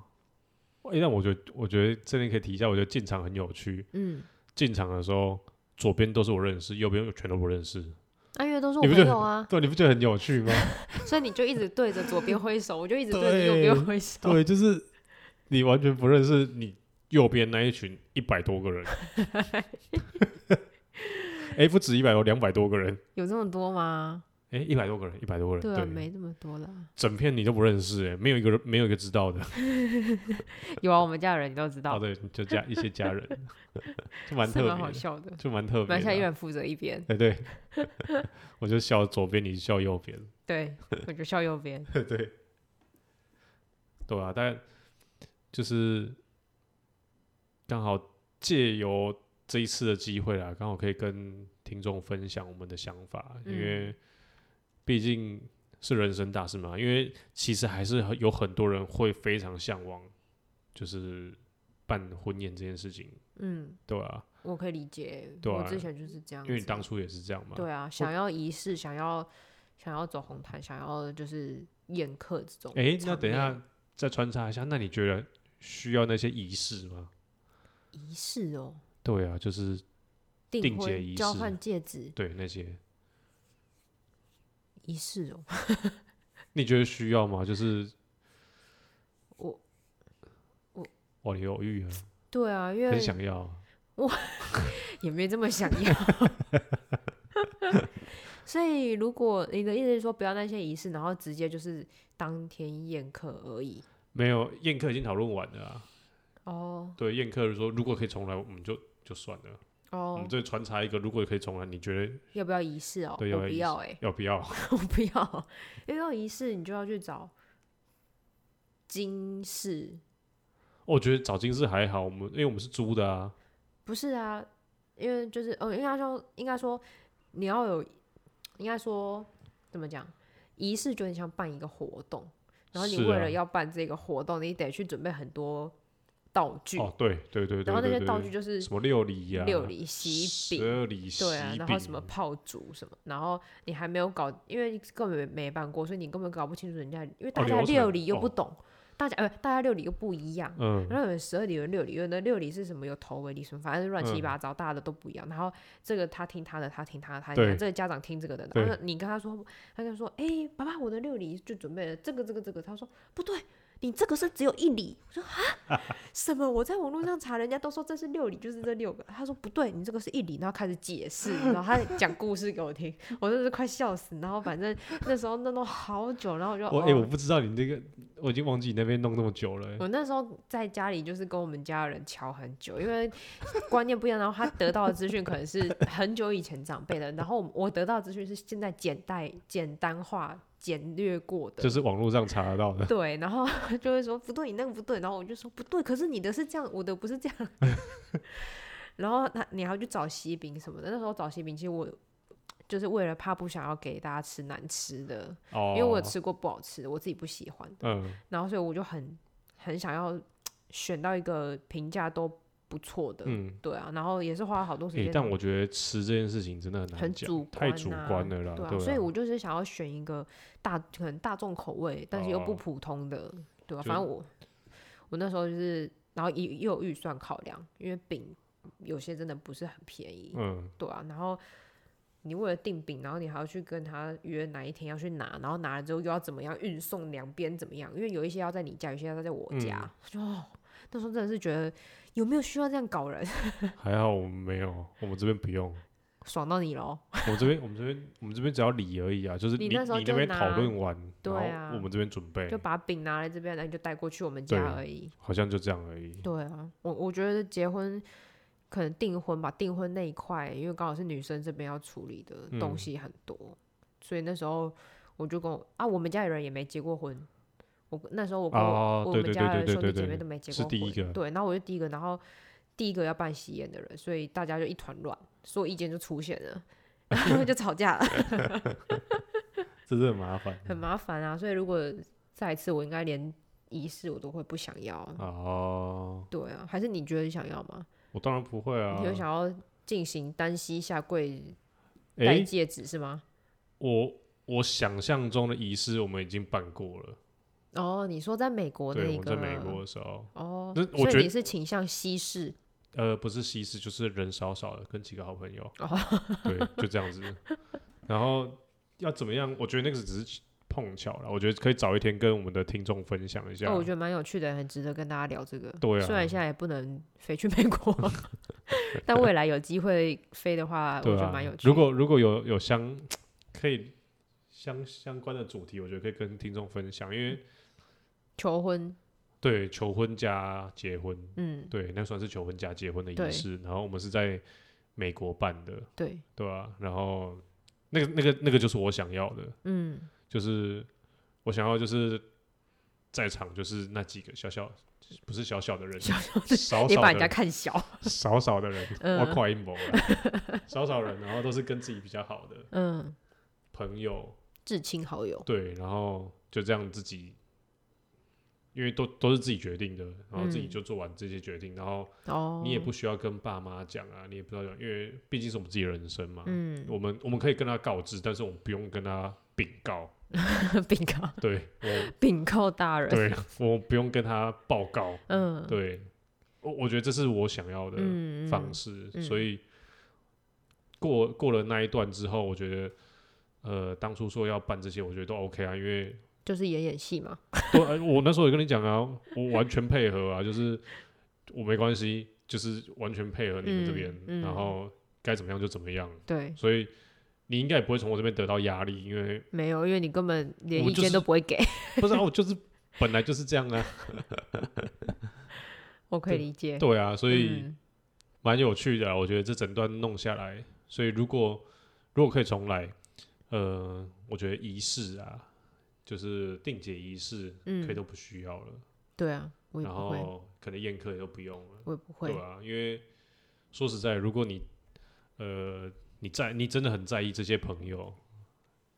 Speaker 1: 诶。那我觉得，我觉得这边可以提一下，我觉得进场很有趣。
Speaker 2: 嗯，
Speaker 1: 进场的时候，左边都是我认识，右边全都不认识。
Speaker 2: 啊，因为都是我
Speaker 1: 你不觉
Speaker 2: 朋
Speaker 1: 得
Speaker 2: 友啊， *laughs*
Speaker 1: 对，你不觉得很有趣 *laughs* 吗？
Speaker 2: 所以你就一直对着左边挥手，我就一直对着右边挥手。
Speaker 1: 对，就是你完全不认识你右边那一群一百多个人，哎、不止一百多，两百多个人。
Speaker 2: *laughs* 有这么多吗？
Speaker 1: 哎，一百多个人，一百多个人，
Speaker 2: 对啊，没这么多啦。
Speaker 1: 整片你都不认识，哎，没有一个人，没有一个知道的。
Speaker 2: 有啊，我们家的人你都
Speaker 1: *laughs*
Speaker 2: 知
Speaker 1: 哦，
Speaker 2: 道，
Speaker 1: 对，就家一些
Speaker 2: *laughs*
Speaker 1: 家人，就蛮
Speaker 2: 是
Speaker 1: 特
Speaker 2: 蛮
Speaker 1: 别
Speaker 2: 好
Speaker 1: 的，
Speaker 2: 笑的。
Speaker 1: 就蛮特别
Speaker 2: 蛮像一
Speaker 1: 的啊。
Speaker 2: 人负责一
Speaker 1: *laughs*
Speaker 2: 边，
Speaker 1: 哎，对， *laughs* 我就笑左边，你笑右边，
Speaker 2: 对我就笑右边。
Speaker 1: 对，对啊，但就是刚好借由这一次的机会啦，刚好可以跟听众分享我们的想法，
Speaker 2: 嗯
Speaker 1: 因为毕竟是人生大事嘛。因为其实还是有很多人会非常向往，就是办婚宴这件事情，
Speaker 2: 嗯，
Speaker 1: 对啊，
Speaker 2: 我可以理解，
Speaker 1: 对啊
Speaker 2: 我之前就是这样子。
Speaker 1: 因为你当初也是这样嘛，
Speaker 2: 对啊，想要仪式，想要想要走红毯，想要就是宴客这种。
Speaker 1: 诶，那等一下再穿插一下，那你觉得需要那些仪式吗？
Speaker 2: 仪式哦，
Speaker 1: 对啊，就是
Speaker 2: 订
Speaker 1: 订
Speaker 2: 婚
Speaker 1: 结仪
Speaker 2: 交
Speaker 1: 式
Speaker 2: 换戒指
Speaker 1: 对那些，
Speaker 2: 仪式哦，
Speaker 1: 你觉得需要吗？就是
Speaker 2: 我我
Speaker 1: 我犹豫了，
Speaker 2: *laughs* 对啊，因
Speaker 1: 很
Speaker 2: 为
Speaker 1: 想要，
Speaker 2: 也没这么想要。 *laughs* 所以，如果你的意思是说不要那些仪式，然后直接就是当天宴客而已
Speaker 1: 没有宴客已经讨论完了啊。
Speaker 2: 哦
Speaker 1: 对，宴客说如果可以重来，我们就就算了。我
Speaker 2: 哦
Speaker 1: 们，这穿插一个，如果可以重来，你觉得
Speaker 2: 要不要仪式哦？
Speaker 1: 嗯对要
Speaker 2: 我
Speaker 1: 不要
Speaker 2: 不
Speaker 1: 仪
Speaker 2: 要哎、
Speaker 1: 要不要？
Speaker 2: *laughs*
Speaker 1: *laughs*
Speaker 2: 我不要， *laughs* 因为要仪式你就要去找金饰，
Speaker 1: 我觉得找金饰还好，我们因为我们是租的啊。
Speaker 2: 不是啊，因为就是呃，应该说应该说你要有，应该说怎么讲，仪式就很像办一个活动，然后你
Speaker 1: 是
Speaker 2: 为
Speaker 1: 啊
Speaker 2: 了要办这个活动，你得去准备很多道具，
Speaker 1: 哦，对对对对
Speaker 2: 然后那
Speaker 1: 对
Speaker 2: 些
Speaker 1: 对
Speaker 2: 道具
Speaker 1: 对，
Speaker 2: 就是
Speaker 1: 什么六礼呀、
Speaker 2: 六礼、喜
Speaker 1: 十
Speaker 2: 饼。
Speaker 1: 二礼、喜
Speaker 2: 对啊，然后什么
Speaker 1: 饼
Speaker 2: 炮竹什么，然后你还没有搞，因为你根本没办过，所以你根本搞不清楚人家，因为大
Speaker 1: 哦
Speaker 2: 家
Speaker 1: 流程
Speaker 2: 六礼又不
Speaker 1: 哦
Speaker 2: 懂，大家呃大家六礼又不一样。
Speaker 1: 嗯
Speaker 2: 然后有人十二里，有人六里，有人的六里是什么？有头尾理顺，反正是乱七
Speaker 1: 嗯
Speaker 2: 八糟，大家的都不一样。然后这个他听他的，他听他的，他
Speaker 1: 对
Speaker 2: 听他的这个家长听这个的。然后
Speaker 1: 对
Speaker 2: 你跟他说，他就说：“哎、爸爸，我的六里就准备了这个这个这个。”他说：“不对，你这个是只有一里。”我说：“啊，什么？我在网络上查，人家都说这是六里，就是这六个。”他说：“不对，你这个是一里。”然后开始解释，然后他讲故事给我听，我真的是快笑死。然后反正那时候弄弄好久，然后我就
Speaker 1: 我
Speaker 2: 哦
Speaker 1: 哎、我不知道你这个，我已经忘记你那边弄那么久了、欸
Speaker 2: 我那时候在家里就是跟我们家人瞧很久，因为观念不一样，然后他得到的资讯可能是很久以前长辈的，然后我我得到的资讯是现在简代简单化、简略过的。
Speaker 1: 就是网络上查得到的。
Speaker 2: 对，然后就会说不对，你那个不对，然后我就说不对，可是你的是这样，我的不是这样。 *laughs* 然后他你还要去找喜饼什么的，那时候找喜饼，其实我就是为了怕不想要给大家吃难吃的，
Speaker 1: 哦，
Speaker 2: 因为我有吃过不好吃的，我自己不喜欢。
Speaker 1: 嗯
Speaker 2: 然后所以我就很很想要选到一个评价都不错的，
Speaker 1: 嗯、
Speaker 2: 对啊，然后也是花了好多时
Speaker 1: 欸
Speaker 2: 间，
Speaker 1: 但我觉得吃这件事情真的很难
Speaker 2: 很
Speaker 1: 讲
Speaker 2: 主
Speaker 1: 太
Speaker 2: 观
Speaker 1: 主
Speaker 2: 啊
Speaker 1: 观了啦，
Speaker 2: 对啊，
Speaker 1: 对
Speaker 2: 所以我就是想要选一个大可能大众口味，但是又不
Speaker 1: 哦
Speaker 2: 普通的，对啊，
Speaker 1: 就
Speaker 2: 反正我我那时候就是，然后也又有预算考量，因为饼有些真的不是很便宜，
Speaker 1: 嗯，
Speaker 2: 对啊，然后你为了订饼，然后你还要去跟他约哪一天要去拿，然后拿了之后又要怎么样运送两边怎么样？因为有一些要在你家，有些要在我家。
Speaker 1: 嗯
Speaker 2: 就哦，那时候真的是觉得有没有需要这样搞人， *laughs*
Speaker 1: 还好我们没有，我们这边不用，
Speaker 2: 爽到你喽。
Speaker 1: 我们这边我们这边我们这边只要理而已啊，就是
Speaker 2: 你
Speaker 1: 你
Speaker 2: 那时候就
Speaker 1: 那边
Speaker 2: 拿
Speaker 1: 讨论完，
Speaker 2: 对
Speaker 1: 然
Speaker 2: 啊
Speaker 1: 后我们这边准备
Speaker 2: 就，把饼拿来这边，然后你就带过去我们
Speaker 1: 对
Speaker 2: 家而已。
Speaker 1: 好像就这样而已。
Speaker 2: 对啊，我我觉得结婚可能订婚吧，订婚那一块，因为刚好是女生这边要处理的
Speaker 1: 嗯
Speaker 2: 东西很多，所以那时候我就跟我啊，我们家里人也没结过婚，我那时候我跟我、
Speaker 1: 哦
Speaker 2: 我
Speaker 1: 对
Speaker 2: 们
Speaker 1: 对
Speaker 2: 家
Speaker 1: 对
Speaker 2: 的
Speaker 1: 对
Speaker 2: 兄
Speaker 1: 对
Speaker 2: 弟姐
Speaker 1: 对
Speaker 2: 妹都没结
Speaker 1: 是
Speaker 2: 过婚，
Speaker 1: 第一个啊
Speaker 2: 对，然后我就第一个，然后第一个要办喜宴的人，所以大家就一团乱，所有意见就出现了。然后就吵架了，
Speaker 1: 这是很麻烦。
Speaker 2: 很麻烦啊！所以如果再一次，我应该连仪式我都会不想要。啊
Speaker 1: 哦，
Speaker 2: 对啊，还是你觉得你想要吗？
Speaker 1: 我当然不会啊
Speaker 2: 你。有想要进行单膝下跪戴
Speaker 1: 哎，
Speaker 2: 戒指是吗？
Speaker 1: 我我想象中的仪式我们已经办过了，
Speaker 2: 哦，你说在美国那
Speaker 1: 对，
Speaker 2: 一
Speaker 1: 我
Speaker 2: 个？
Speaker 1: 在美国的时候，
Speaker 2: 哦，
Speaker 1: 那我
Speaker 2: 所
Speaker 1: 觉
Speaker 2: 以
Speaker 1: 得
Speaker 2: 你是倾向西式
Speaker 1: 呃，不是西式，就是人少少的，跟几个好朋友，
Speaker 2: 哦
Speaker 1: *laughs* 对，就这样子。然后要怎么样？我觉得那个只是碰巧了，我觉得可以早一天跟我们的听众分享一下。
Speaker 2: 哦，我觉得蛮有趣的，很值得跟大家聊这个。
Speaker 1: 对啊
Speaker 2: 虽然现在也不能飞去美国， *laughs* 但未来有机会飞的话，我
Speaker 1: 对
Speaker 2: 觉得
Speaker 1: 啊
Speaker 2: 蛮有，趣的。
Speaker 1: 如果如果有有相可以相相关的主题，我觉得可以跟听众分享，因为
Speaker 2: 求婚，
Speaker 1: 对求婚加结婚，
Speaker 2: 嗯，
Speaker 1: 对，那算是求婚加结婚的仪
Speaker 2: 对
Speaker 1: 式。然后我们是在美国办的，
Speaker 2: 对，
Speaker 1: 对吧、然后那个那个那个就是我想要的，
Speaker 2: 嗯，
Speaker 1: 就是我想要就是在场就是那几个小小不是小小的人，
Speaker 2: 小小的
Speaker 1: 少
Speaker 2: 别
Speaker 1: 少
Speaker 2: 把
Speaker 1: 的
Speaker 2: 人家
Speaker 1: 人，
Speaker 2: 看小，
Speaker 1: 少少的人，
Speaker 2: 嗯
Speaker 1: 我快阴谋了，啊少少人，然后都是跟自己比较好的
Speaker 2: 嗯，
Speaker 1: 朋友，
Speaker 2: 至亲好友，
Speaker 1: 对，然后就这样自己。因为都都是自己决定的，然后自己
Speaker 2: 嗯
Speaker 1: 就做完这些决定，然后
Speaker 2: 哦，
Speaker 1: 你也不需要跟爸妈讲啊，你也不知道讲，因为毕竟是我们自己的人生嘛。
Speaker 2: 嗯，
Speaker 1: 我们我们可以跟他告知，但是我们不用跟他禀告。
Speaker 2: 禀告
Speaker 1: 对，我
Speaker 2: 禀告大人，
Speaker 1: 对 *laughs* 我不用跟他报告。
Speaker 2: 嗯，
Speaker 1: 对，我我觉得这是我想要的
Speaker 2: 嗯，嗯
Speaker 1: 方式，
Speaker 2: 嗯
Speaker 1: 所以过过了那一段之后，我觉得呃，当初说要办这些，我觉得都 OK 啊，因
Speaker 2: *laughs*
Speaker 1: 为
Speaker 2: 就是演演戏嘛，
Speaker 1: 对，呃我那时候也跟你讲啊，我完全配合啊，就是我没关系，就是完全配合你们这边，
Speaker 2: 嗯嗯
Speaker 1: 然后该怎么样就怎么样，
Speaker 2: 对，
Speaker 1: 所以你应该也不会从我这边得到压力，因为
Speaker 2: 没有，因为你根本连
Speaker 1: 我
Speaker 2: 意
Speaker 1: 就
Speaker 2: 见都
Speaker 1: 是
Speaker 2: 不会给，
Speaker 1: 不是、啊、我就是本来就是这样
Speaker 2: *laughs*
Speaker 1: 啊，
Speaker 2: 我可以理解。
Speaker 1: 对啊，所以
Speaker 2: 嗯
Speaker 1: 蛮有趣的啊，我觉得这整段弄下来，所以如果如果可以重来，呃，我觉得仪式啊，就是定解仪式，
Speaker 2: 嗯
Speaker 1: 可以都不需要了，
Speaker 2: 对啊，我也
Speaker 1: 然
Speaker 2: 不会，
Speaker 1: 后可能宴客也都不用了。
Speaker 2: 我也不会
Speaker 1: 对。啊，因为说实在，如果你呃你在你真的很在意这些朋友，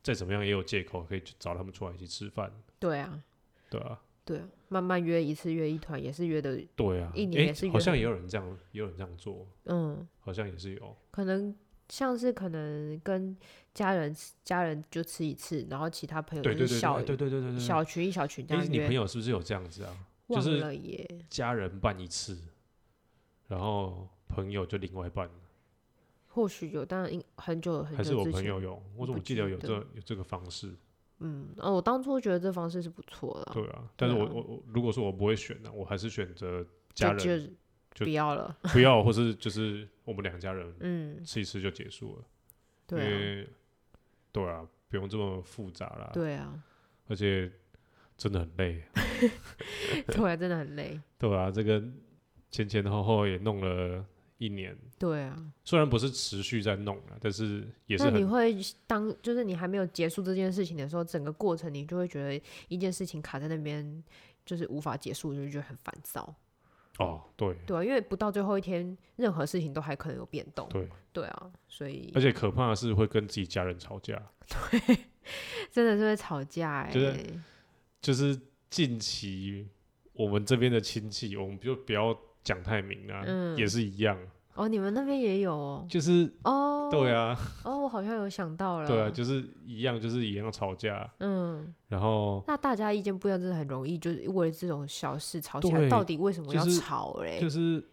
Speaker 1: 再怎么样也有借口可以去找他们出来一起吃饭，
Speaker 2: 对啊，
Speaker 1: 对啊，
Speaker 2: 对啊，慢慢约一次约一团也是约的，
Speaker 1: 对啊，
Speaker 2: 一年
Speaker 1: 诶
Speaker 2: 也是
Speaker 1: 好
Speaker 2: 约
Speaker 1: 像
Speaker 2: 很
Speaker 1: 也有人这样，也有人这样做，
Speaker 2: 嗯，
Speaker 1: 好像也是有，
Speaker 2: 可能像是可能跟家人吃家人就吃一次，然后其他朋友
Speaker 1: 对
Speaker 2: 就
Speaker 1: 对
Speaker 2: 是
Speaker 1: 对
Speaker 2: 小
Speaker 1: 对对对对对对。
Speaker 2: 小群一小群这
Speaker 1: 哎，
Speaker 2: 样
Speaker 1: 你
Speaker 2: 约，
Speaker 1: 朋友是不是有这样子啊？就
Speaker 2: 忘
Speaker 1: 是
Speaker 2: 了耶。
Speaker 1: 家人办一次，然后朋友就另外办，
Speaker 2: 或许有，当然应很久很
Speaker 1: 还是
Speaker 2: 久
Speaker 1: 我
Speaker 2: 之
Speaker 1: 朋
Speaker 2: 前。
Speaker 1: 友有？我怎么
Speaker 2: 不
Speaker 1: 记得
Speaker 2: 记
Speaker 1: 有
Speaker 2: 得
Speaker 1: 这有这个方式？
Speaker 2: 嗯，啊，我当初觉得这方式是不错的啊，
Speaker 1: 对啊，但是我
Speaker 2: 对啊
Speaker 1: 我我如果说我不会选呢，我还是选择家
Speaker 2: 就
Speaker 1: 人
Speaker 2: 就
Speaker 1: 就
Speaker 2: 不要了。
Speaker 1: 不要，或是就是我们两家人
Speaker 2: 嗯，
Speaker 1: 吃一次就结束了，因
Speaker 2: 对啊，
Speaker 1: 为对啊，不用这么复杂啦，
Speaker 2: 对
Speaker 1: *laughs*
Speaker 2: 啊，
Speaker 1: 而且真的很累，
Speaker 2: 对啊，真的很累。
Speaker 1: 对啊，这个前前后后也弄了一年，
Speaker 2: 对啊，
Speaker 1: 虽然不是持续在弄啊，但是也是
Speaker 2: 那你
Speaker 1: 很
Speaker 2: 会当就是你还没有结束这件事情的时候，整个过程你就会觉得一件事情卡在那边，就是无法结束，就会觉得很烦躁，
Speaker 1: 哦，对
Speaker 2: 对啊，因为不到最后一天，任何事情都还可能有变动，
Speaker 1: 对，
Speaker 2: 对啊，所以
Speaker 1: 而且可怕的是会跟自己家人吵架，
Speaker 2: 真的是会吵架哎、
Speaker 1: 就是就是近期我们这边的亲戚，我们就不要讲太明啊，
Speaker 2: 嗯
Speaker 1: 也是一样，
Speaker 2: 哦，你们那边也有哦，
Speaker 1: 就是 *laughs*
Speaker 2: 哦，
Speaker 1: 对，啊，
Speaker 2: 哦，我好像有想到了，
Speaker 1: 对啊，就是一样，就是一样吵架，
Speaker 2: 嗯，
Speaker 1: 然后
Speaker 2: 那大家意见不一样，真的很容易，就是为了这种小事吵起来。
Speaker 1: 对
Speaker 2: 到底为什么要
Speaker 1: 就是
Speaker 2: 吵嘞？
Speaker 1: 就是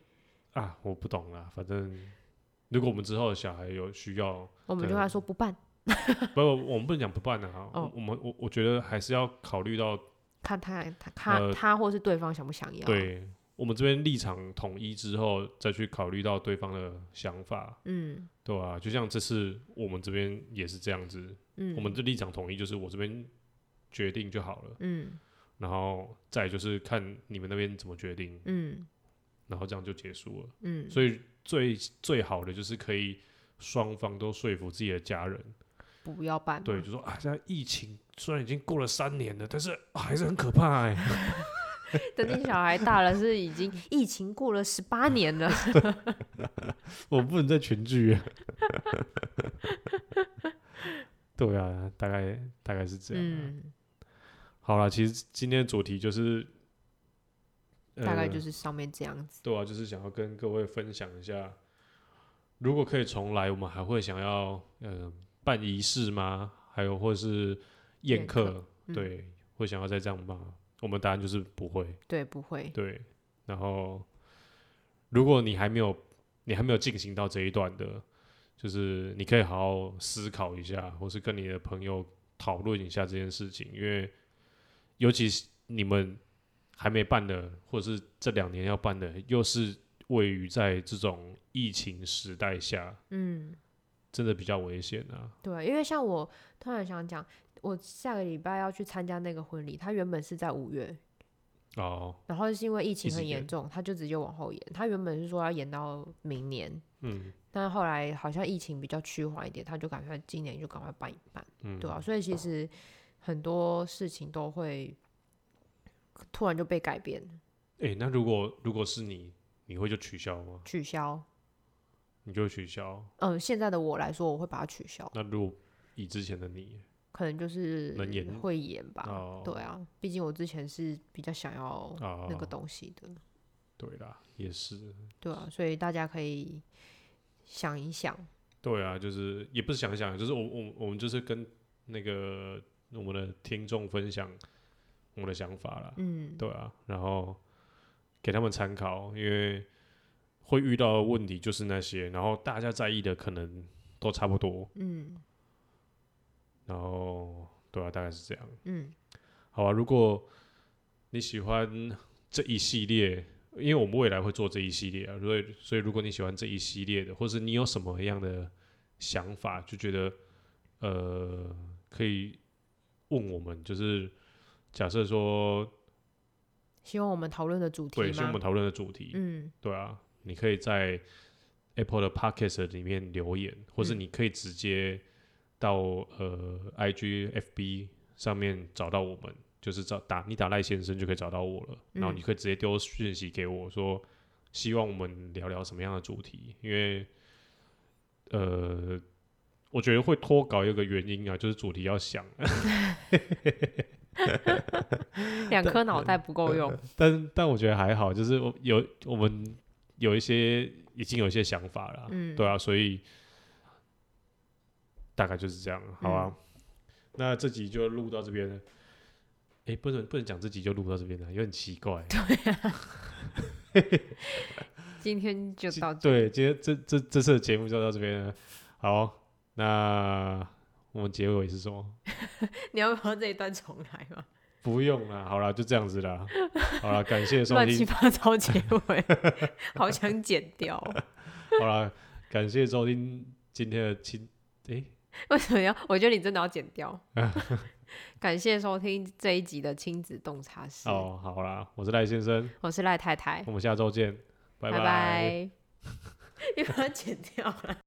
Speaker 1: 啊，我不懂啦，反正。如果我们之后的小孩有需要，
Speaker 2: 我们就
Speaker 1: 啊
Speaker 2: 跟他说不办，
Speaker 1: 不，我们不能讲不办啊。
Speaker 2: 哦
Speaker 1: 我我们我我觉得还是要考虑到
Speaker 2: 看他他他、
Speaker 1: 呃
Speaker 2: 他或是对啊方想不想要。，
Speaker 1: 对我们这边立场统一之后，再去考虑到对方的想法，
Speaker 2: 嗯
Speaker 1: 对吧、就像这次我们这边也是这样子，
Speaker 2: 嗯，
Speaker 1: 我们的立场统一就是我这边决定就好了，
Speaker 2: 嗯
Speaker 1: 然后再就是看你们那边怎么决定，
Speaker 2: 嗯
Speaker 1: 然后这样就结束了。
Speaker 2: 嗯，
Speaker 1: 所以最最好的就是可以双方都说服自己的家人，
Speaker 2: 不要办嘛。
Speaker 1: 对，就说啊，现在疫情虽然已经过了三年了，但是、啊还是很可怕哎、
Speaker 2: *laughs* 等你小孩大了，是已经疫情过了十八年了。
Speaker 1: *laughs* 我不能在群聚。 *laughs* 对啊，大概大 *laughs* 概是这样啊、
Speaker 2: 嗯，
Speaker 1: 好啦，其实今天的主题就是，呃
Speaker 2: 大概就是上面这样子。
Speaker 1: 对啊，就是想要跟各位分享一下，如果可以重来，我们还会想要呃办仪式吗？还有或是宴
Speaker 2: 宴
Speaker 1: 客？
Speaker 2: 客嗯
Speaker 1: 对，会想要再这样吗？我们答案就是不会。
Speaker 2: 对，不会。
Speaker 1: 对，然后如果你还没有你还没有进行到这一段的，就是你可以好好思考一下，或是跟你的朋友讨论一下这件事情，因为尤其是你们还没办的，或者是这两年要办的，又是位于在这种疫情时代下，
Speaker 2: 嗯，
Speaker 1: 真的比较危险啊。
Speaker 2: 对，因为像我突然想讲，我下个礼拜要去参加那个婚礼，他原本是在五月，
Speaker 1: 哦，
Speaker 2: 然后是因为疫情
Speaker 1: 直
Speaker 2: 很
Speaker 1: 延
Speaker 2: 严重，他就直接往后延。他原本是说要延到明年，
Speaker 1: 嗯
Speaker 2: 但后来好像疫情比较趋缓一点，他就赶快今年就赶快办一办，
Speaker 1: 嗯，
Speaker 2: 对啊，所以其实很多事情都会突然就被改变、
Speaker 1: 诶，那如果如果是你，你会就取消吗？
Speaker 2: 取消。
Speaker 1: 你就会取消？
Speaker 2: 嗯，现在的我来说，我会把它取消，
Speaker 1: 那如果以之前的你，
Speaker 2: 可能就是
Speaker 1: 能延
Speaker 2: 会延吧。
Speaker 1: 哦
Speaker 2: 对啊，毕竟我之前是比较想要
Speaker 1: 啊，
Speaker 2: 那个东西的，
Speaker 1: 对啦，也是，
Speaker 2: 对啊，所以大家可以想一想，
Speaker 1: 对啊，就是也不是想想，就是我我我们就是跟那个我们的听众分享我们的想法啦，
Speaker 2: 嗯，
Speaker 1: 对啊，然后给他们参考，因为会遇到的问题就是那些，然后大家在意的可能都差不多，
Speaker 2: 嗯
Speaker 1: 然后对啊，大概是这样。
Speaker 2: 嗯，
Speaker 1: 好啊，如果你喜欢这一系列，因为我们未来会做这一系列啊，所以所以如果你喜欢这一系列的，或是你有什么样的想法，就觉得呃可以问我们，就是假设说
Speaker 2: 希望我们讨论的主题
Speaker 1: 对，是我
Speaker 2: 吗
Speaker 1: 们？讨论的主题，
Speaker 2: 嗯
Speaker 1: 对啊，你可以在 Apple 的 Podcast 里面留言，或是
Speaker 2: 嗯
Speaker 1: 你可以直接到呃 IG、FB 上面找到我们，就是找打你打赖先生就可以找到我了。然后
Speaker 2: 嗯
Speaker 1: 你可以直接丢讯息给我说，希望我们聊聊什么样的主题，因为呃。我觉得会脱稿有个原因啊，就是主题要想，
Speaker 2: 两颗脑袋不够
Speaker 1: *laughs*
Speaker 2: 用。
Speaker 1: 但但我觉得还好，就是我有我们有一些已经有一些想法了啊，
Speaker 2: 嗯
Speaker 1: 对啊，所以大概就是这样，好啊。
Speaker 2: 嗯
Speaker 1: 那这集就录到这边了。哎、不能不能讲这集就录到这边了，有点奇怪。
Speaker 2: 今天就到这，
Speaker 1: 对，今天这这这次的节目就到这边了。好，那我们结尾是什么？
Speaker 2: 你要不要这一段重来吗？
Speaker 1: 不用了，好了，就这样子啦。好了，感谢收
Speaker 2: 乱七
Speaker 1: 听，
Speaker 2: 八糟结尾， *laughs* 好想剪掉哦。 *laughs*
Speaker 1: 好了，感谢收听今天的亲，哎、
Speaker 2: 为什么要？我觉得你真的要剪
Speaker 1: *laughs*
Speaker 2: 掉。感谢收听这一集的亲子洞察室，
Speaker 1: 哦，好啦，我是赖先生，
Speaker 2: 我是赖太太，
Speaker 1: 哎
Speaker 2: *laughs*
Speaker 1: 我们下周见，拜
Speaker 2: 拜拜。你把它剪掉了。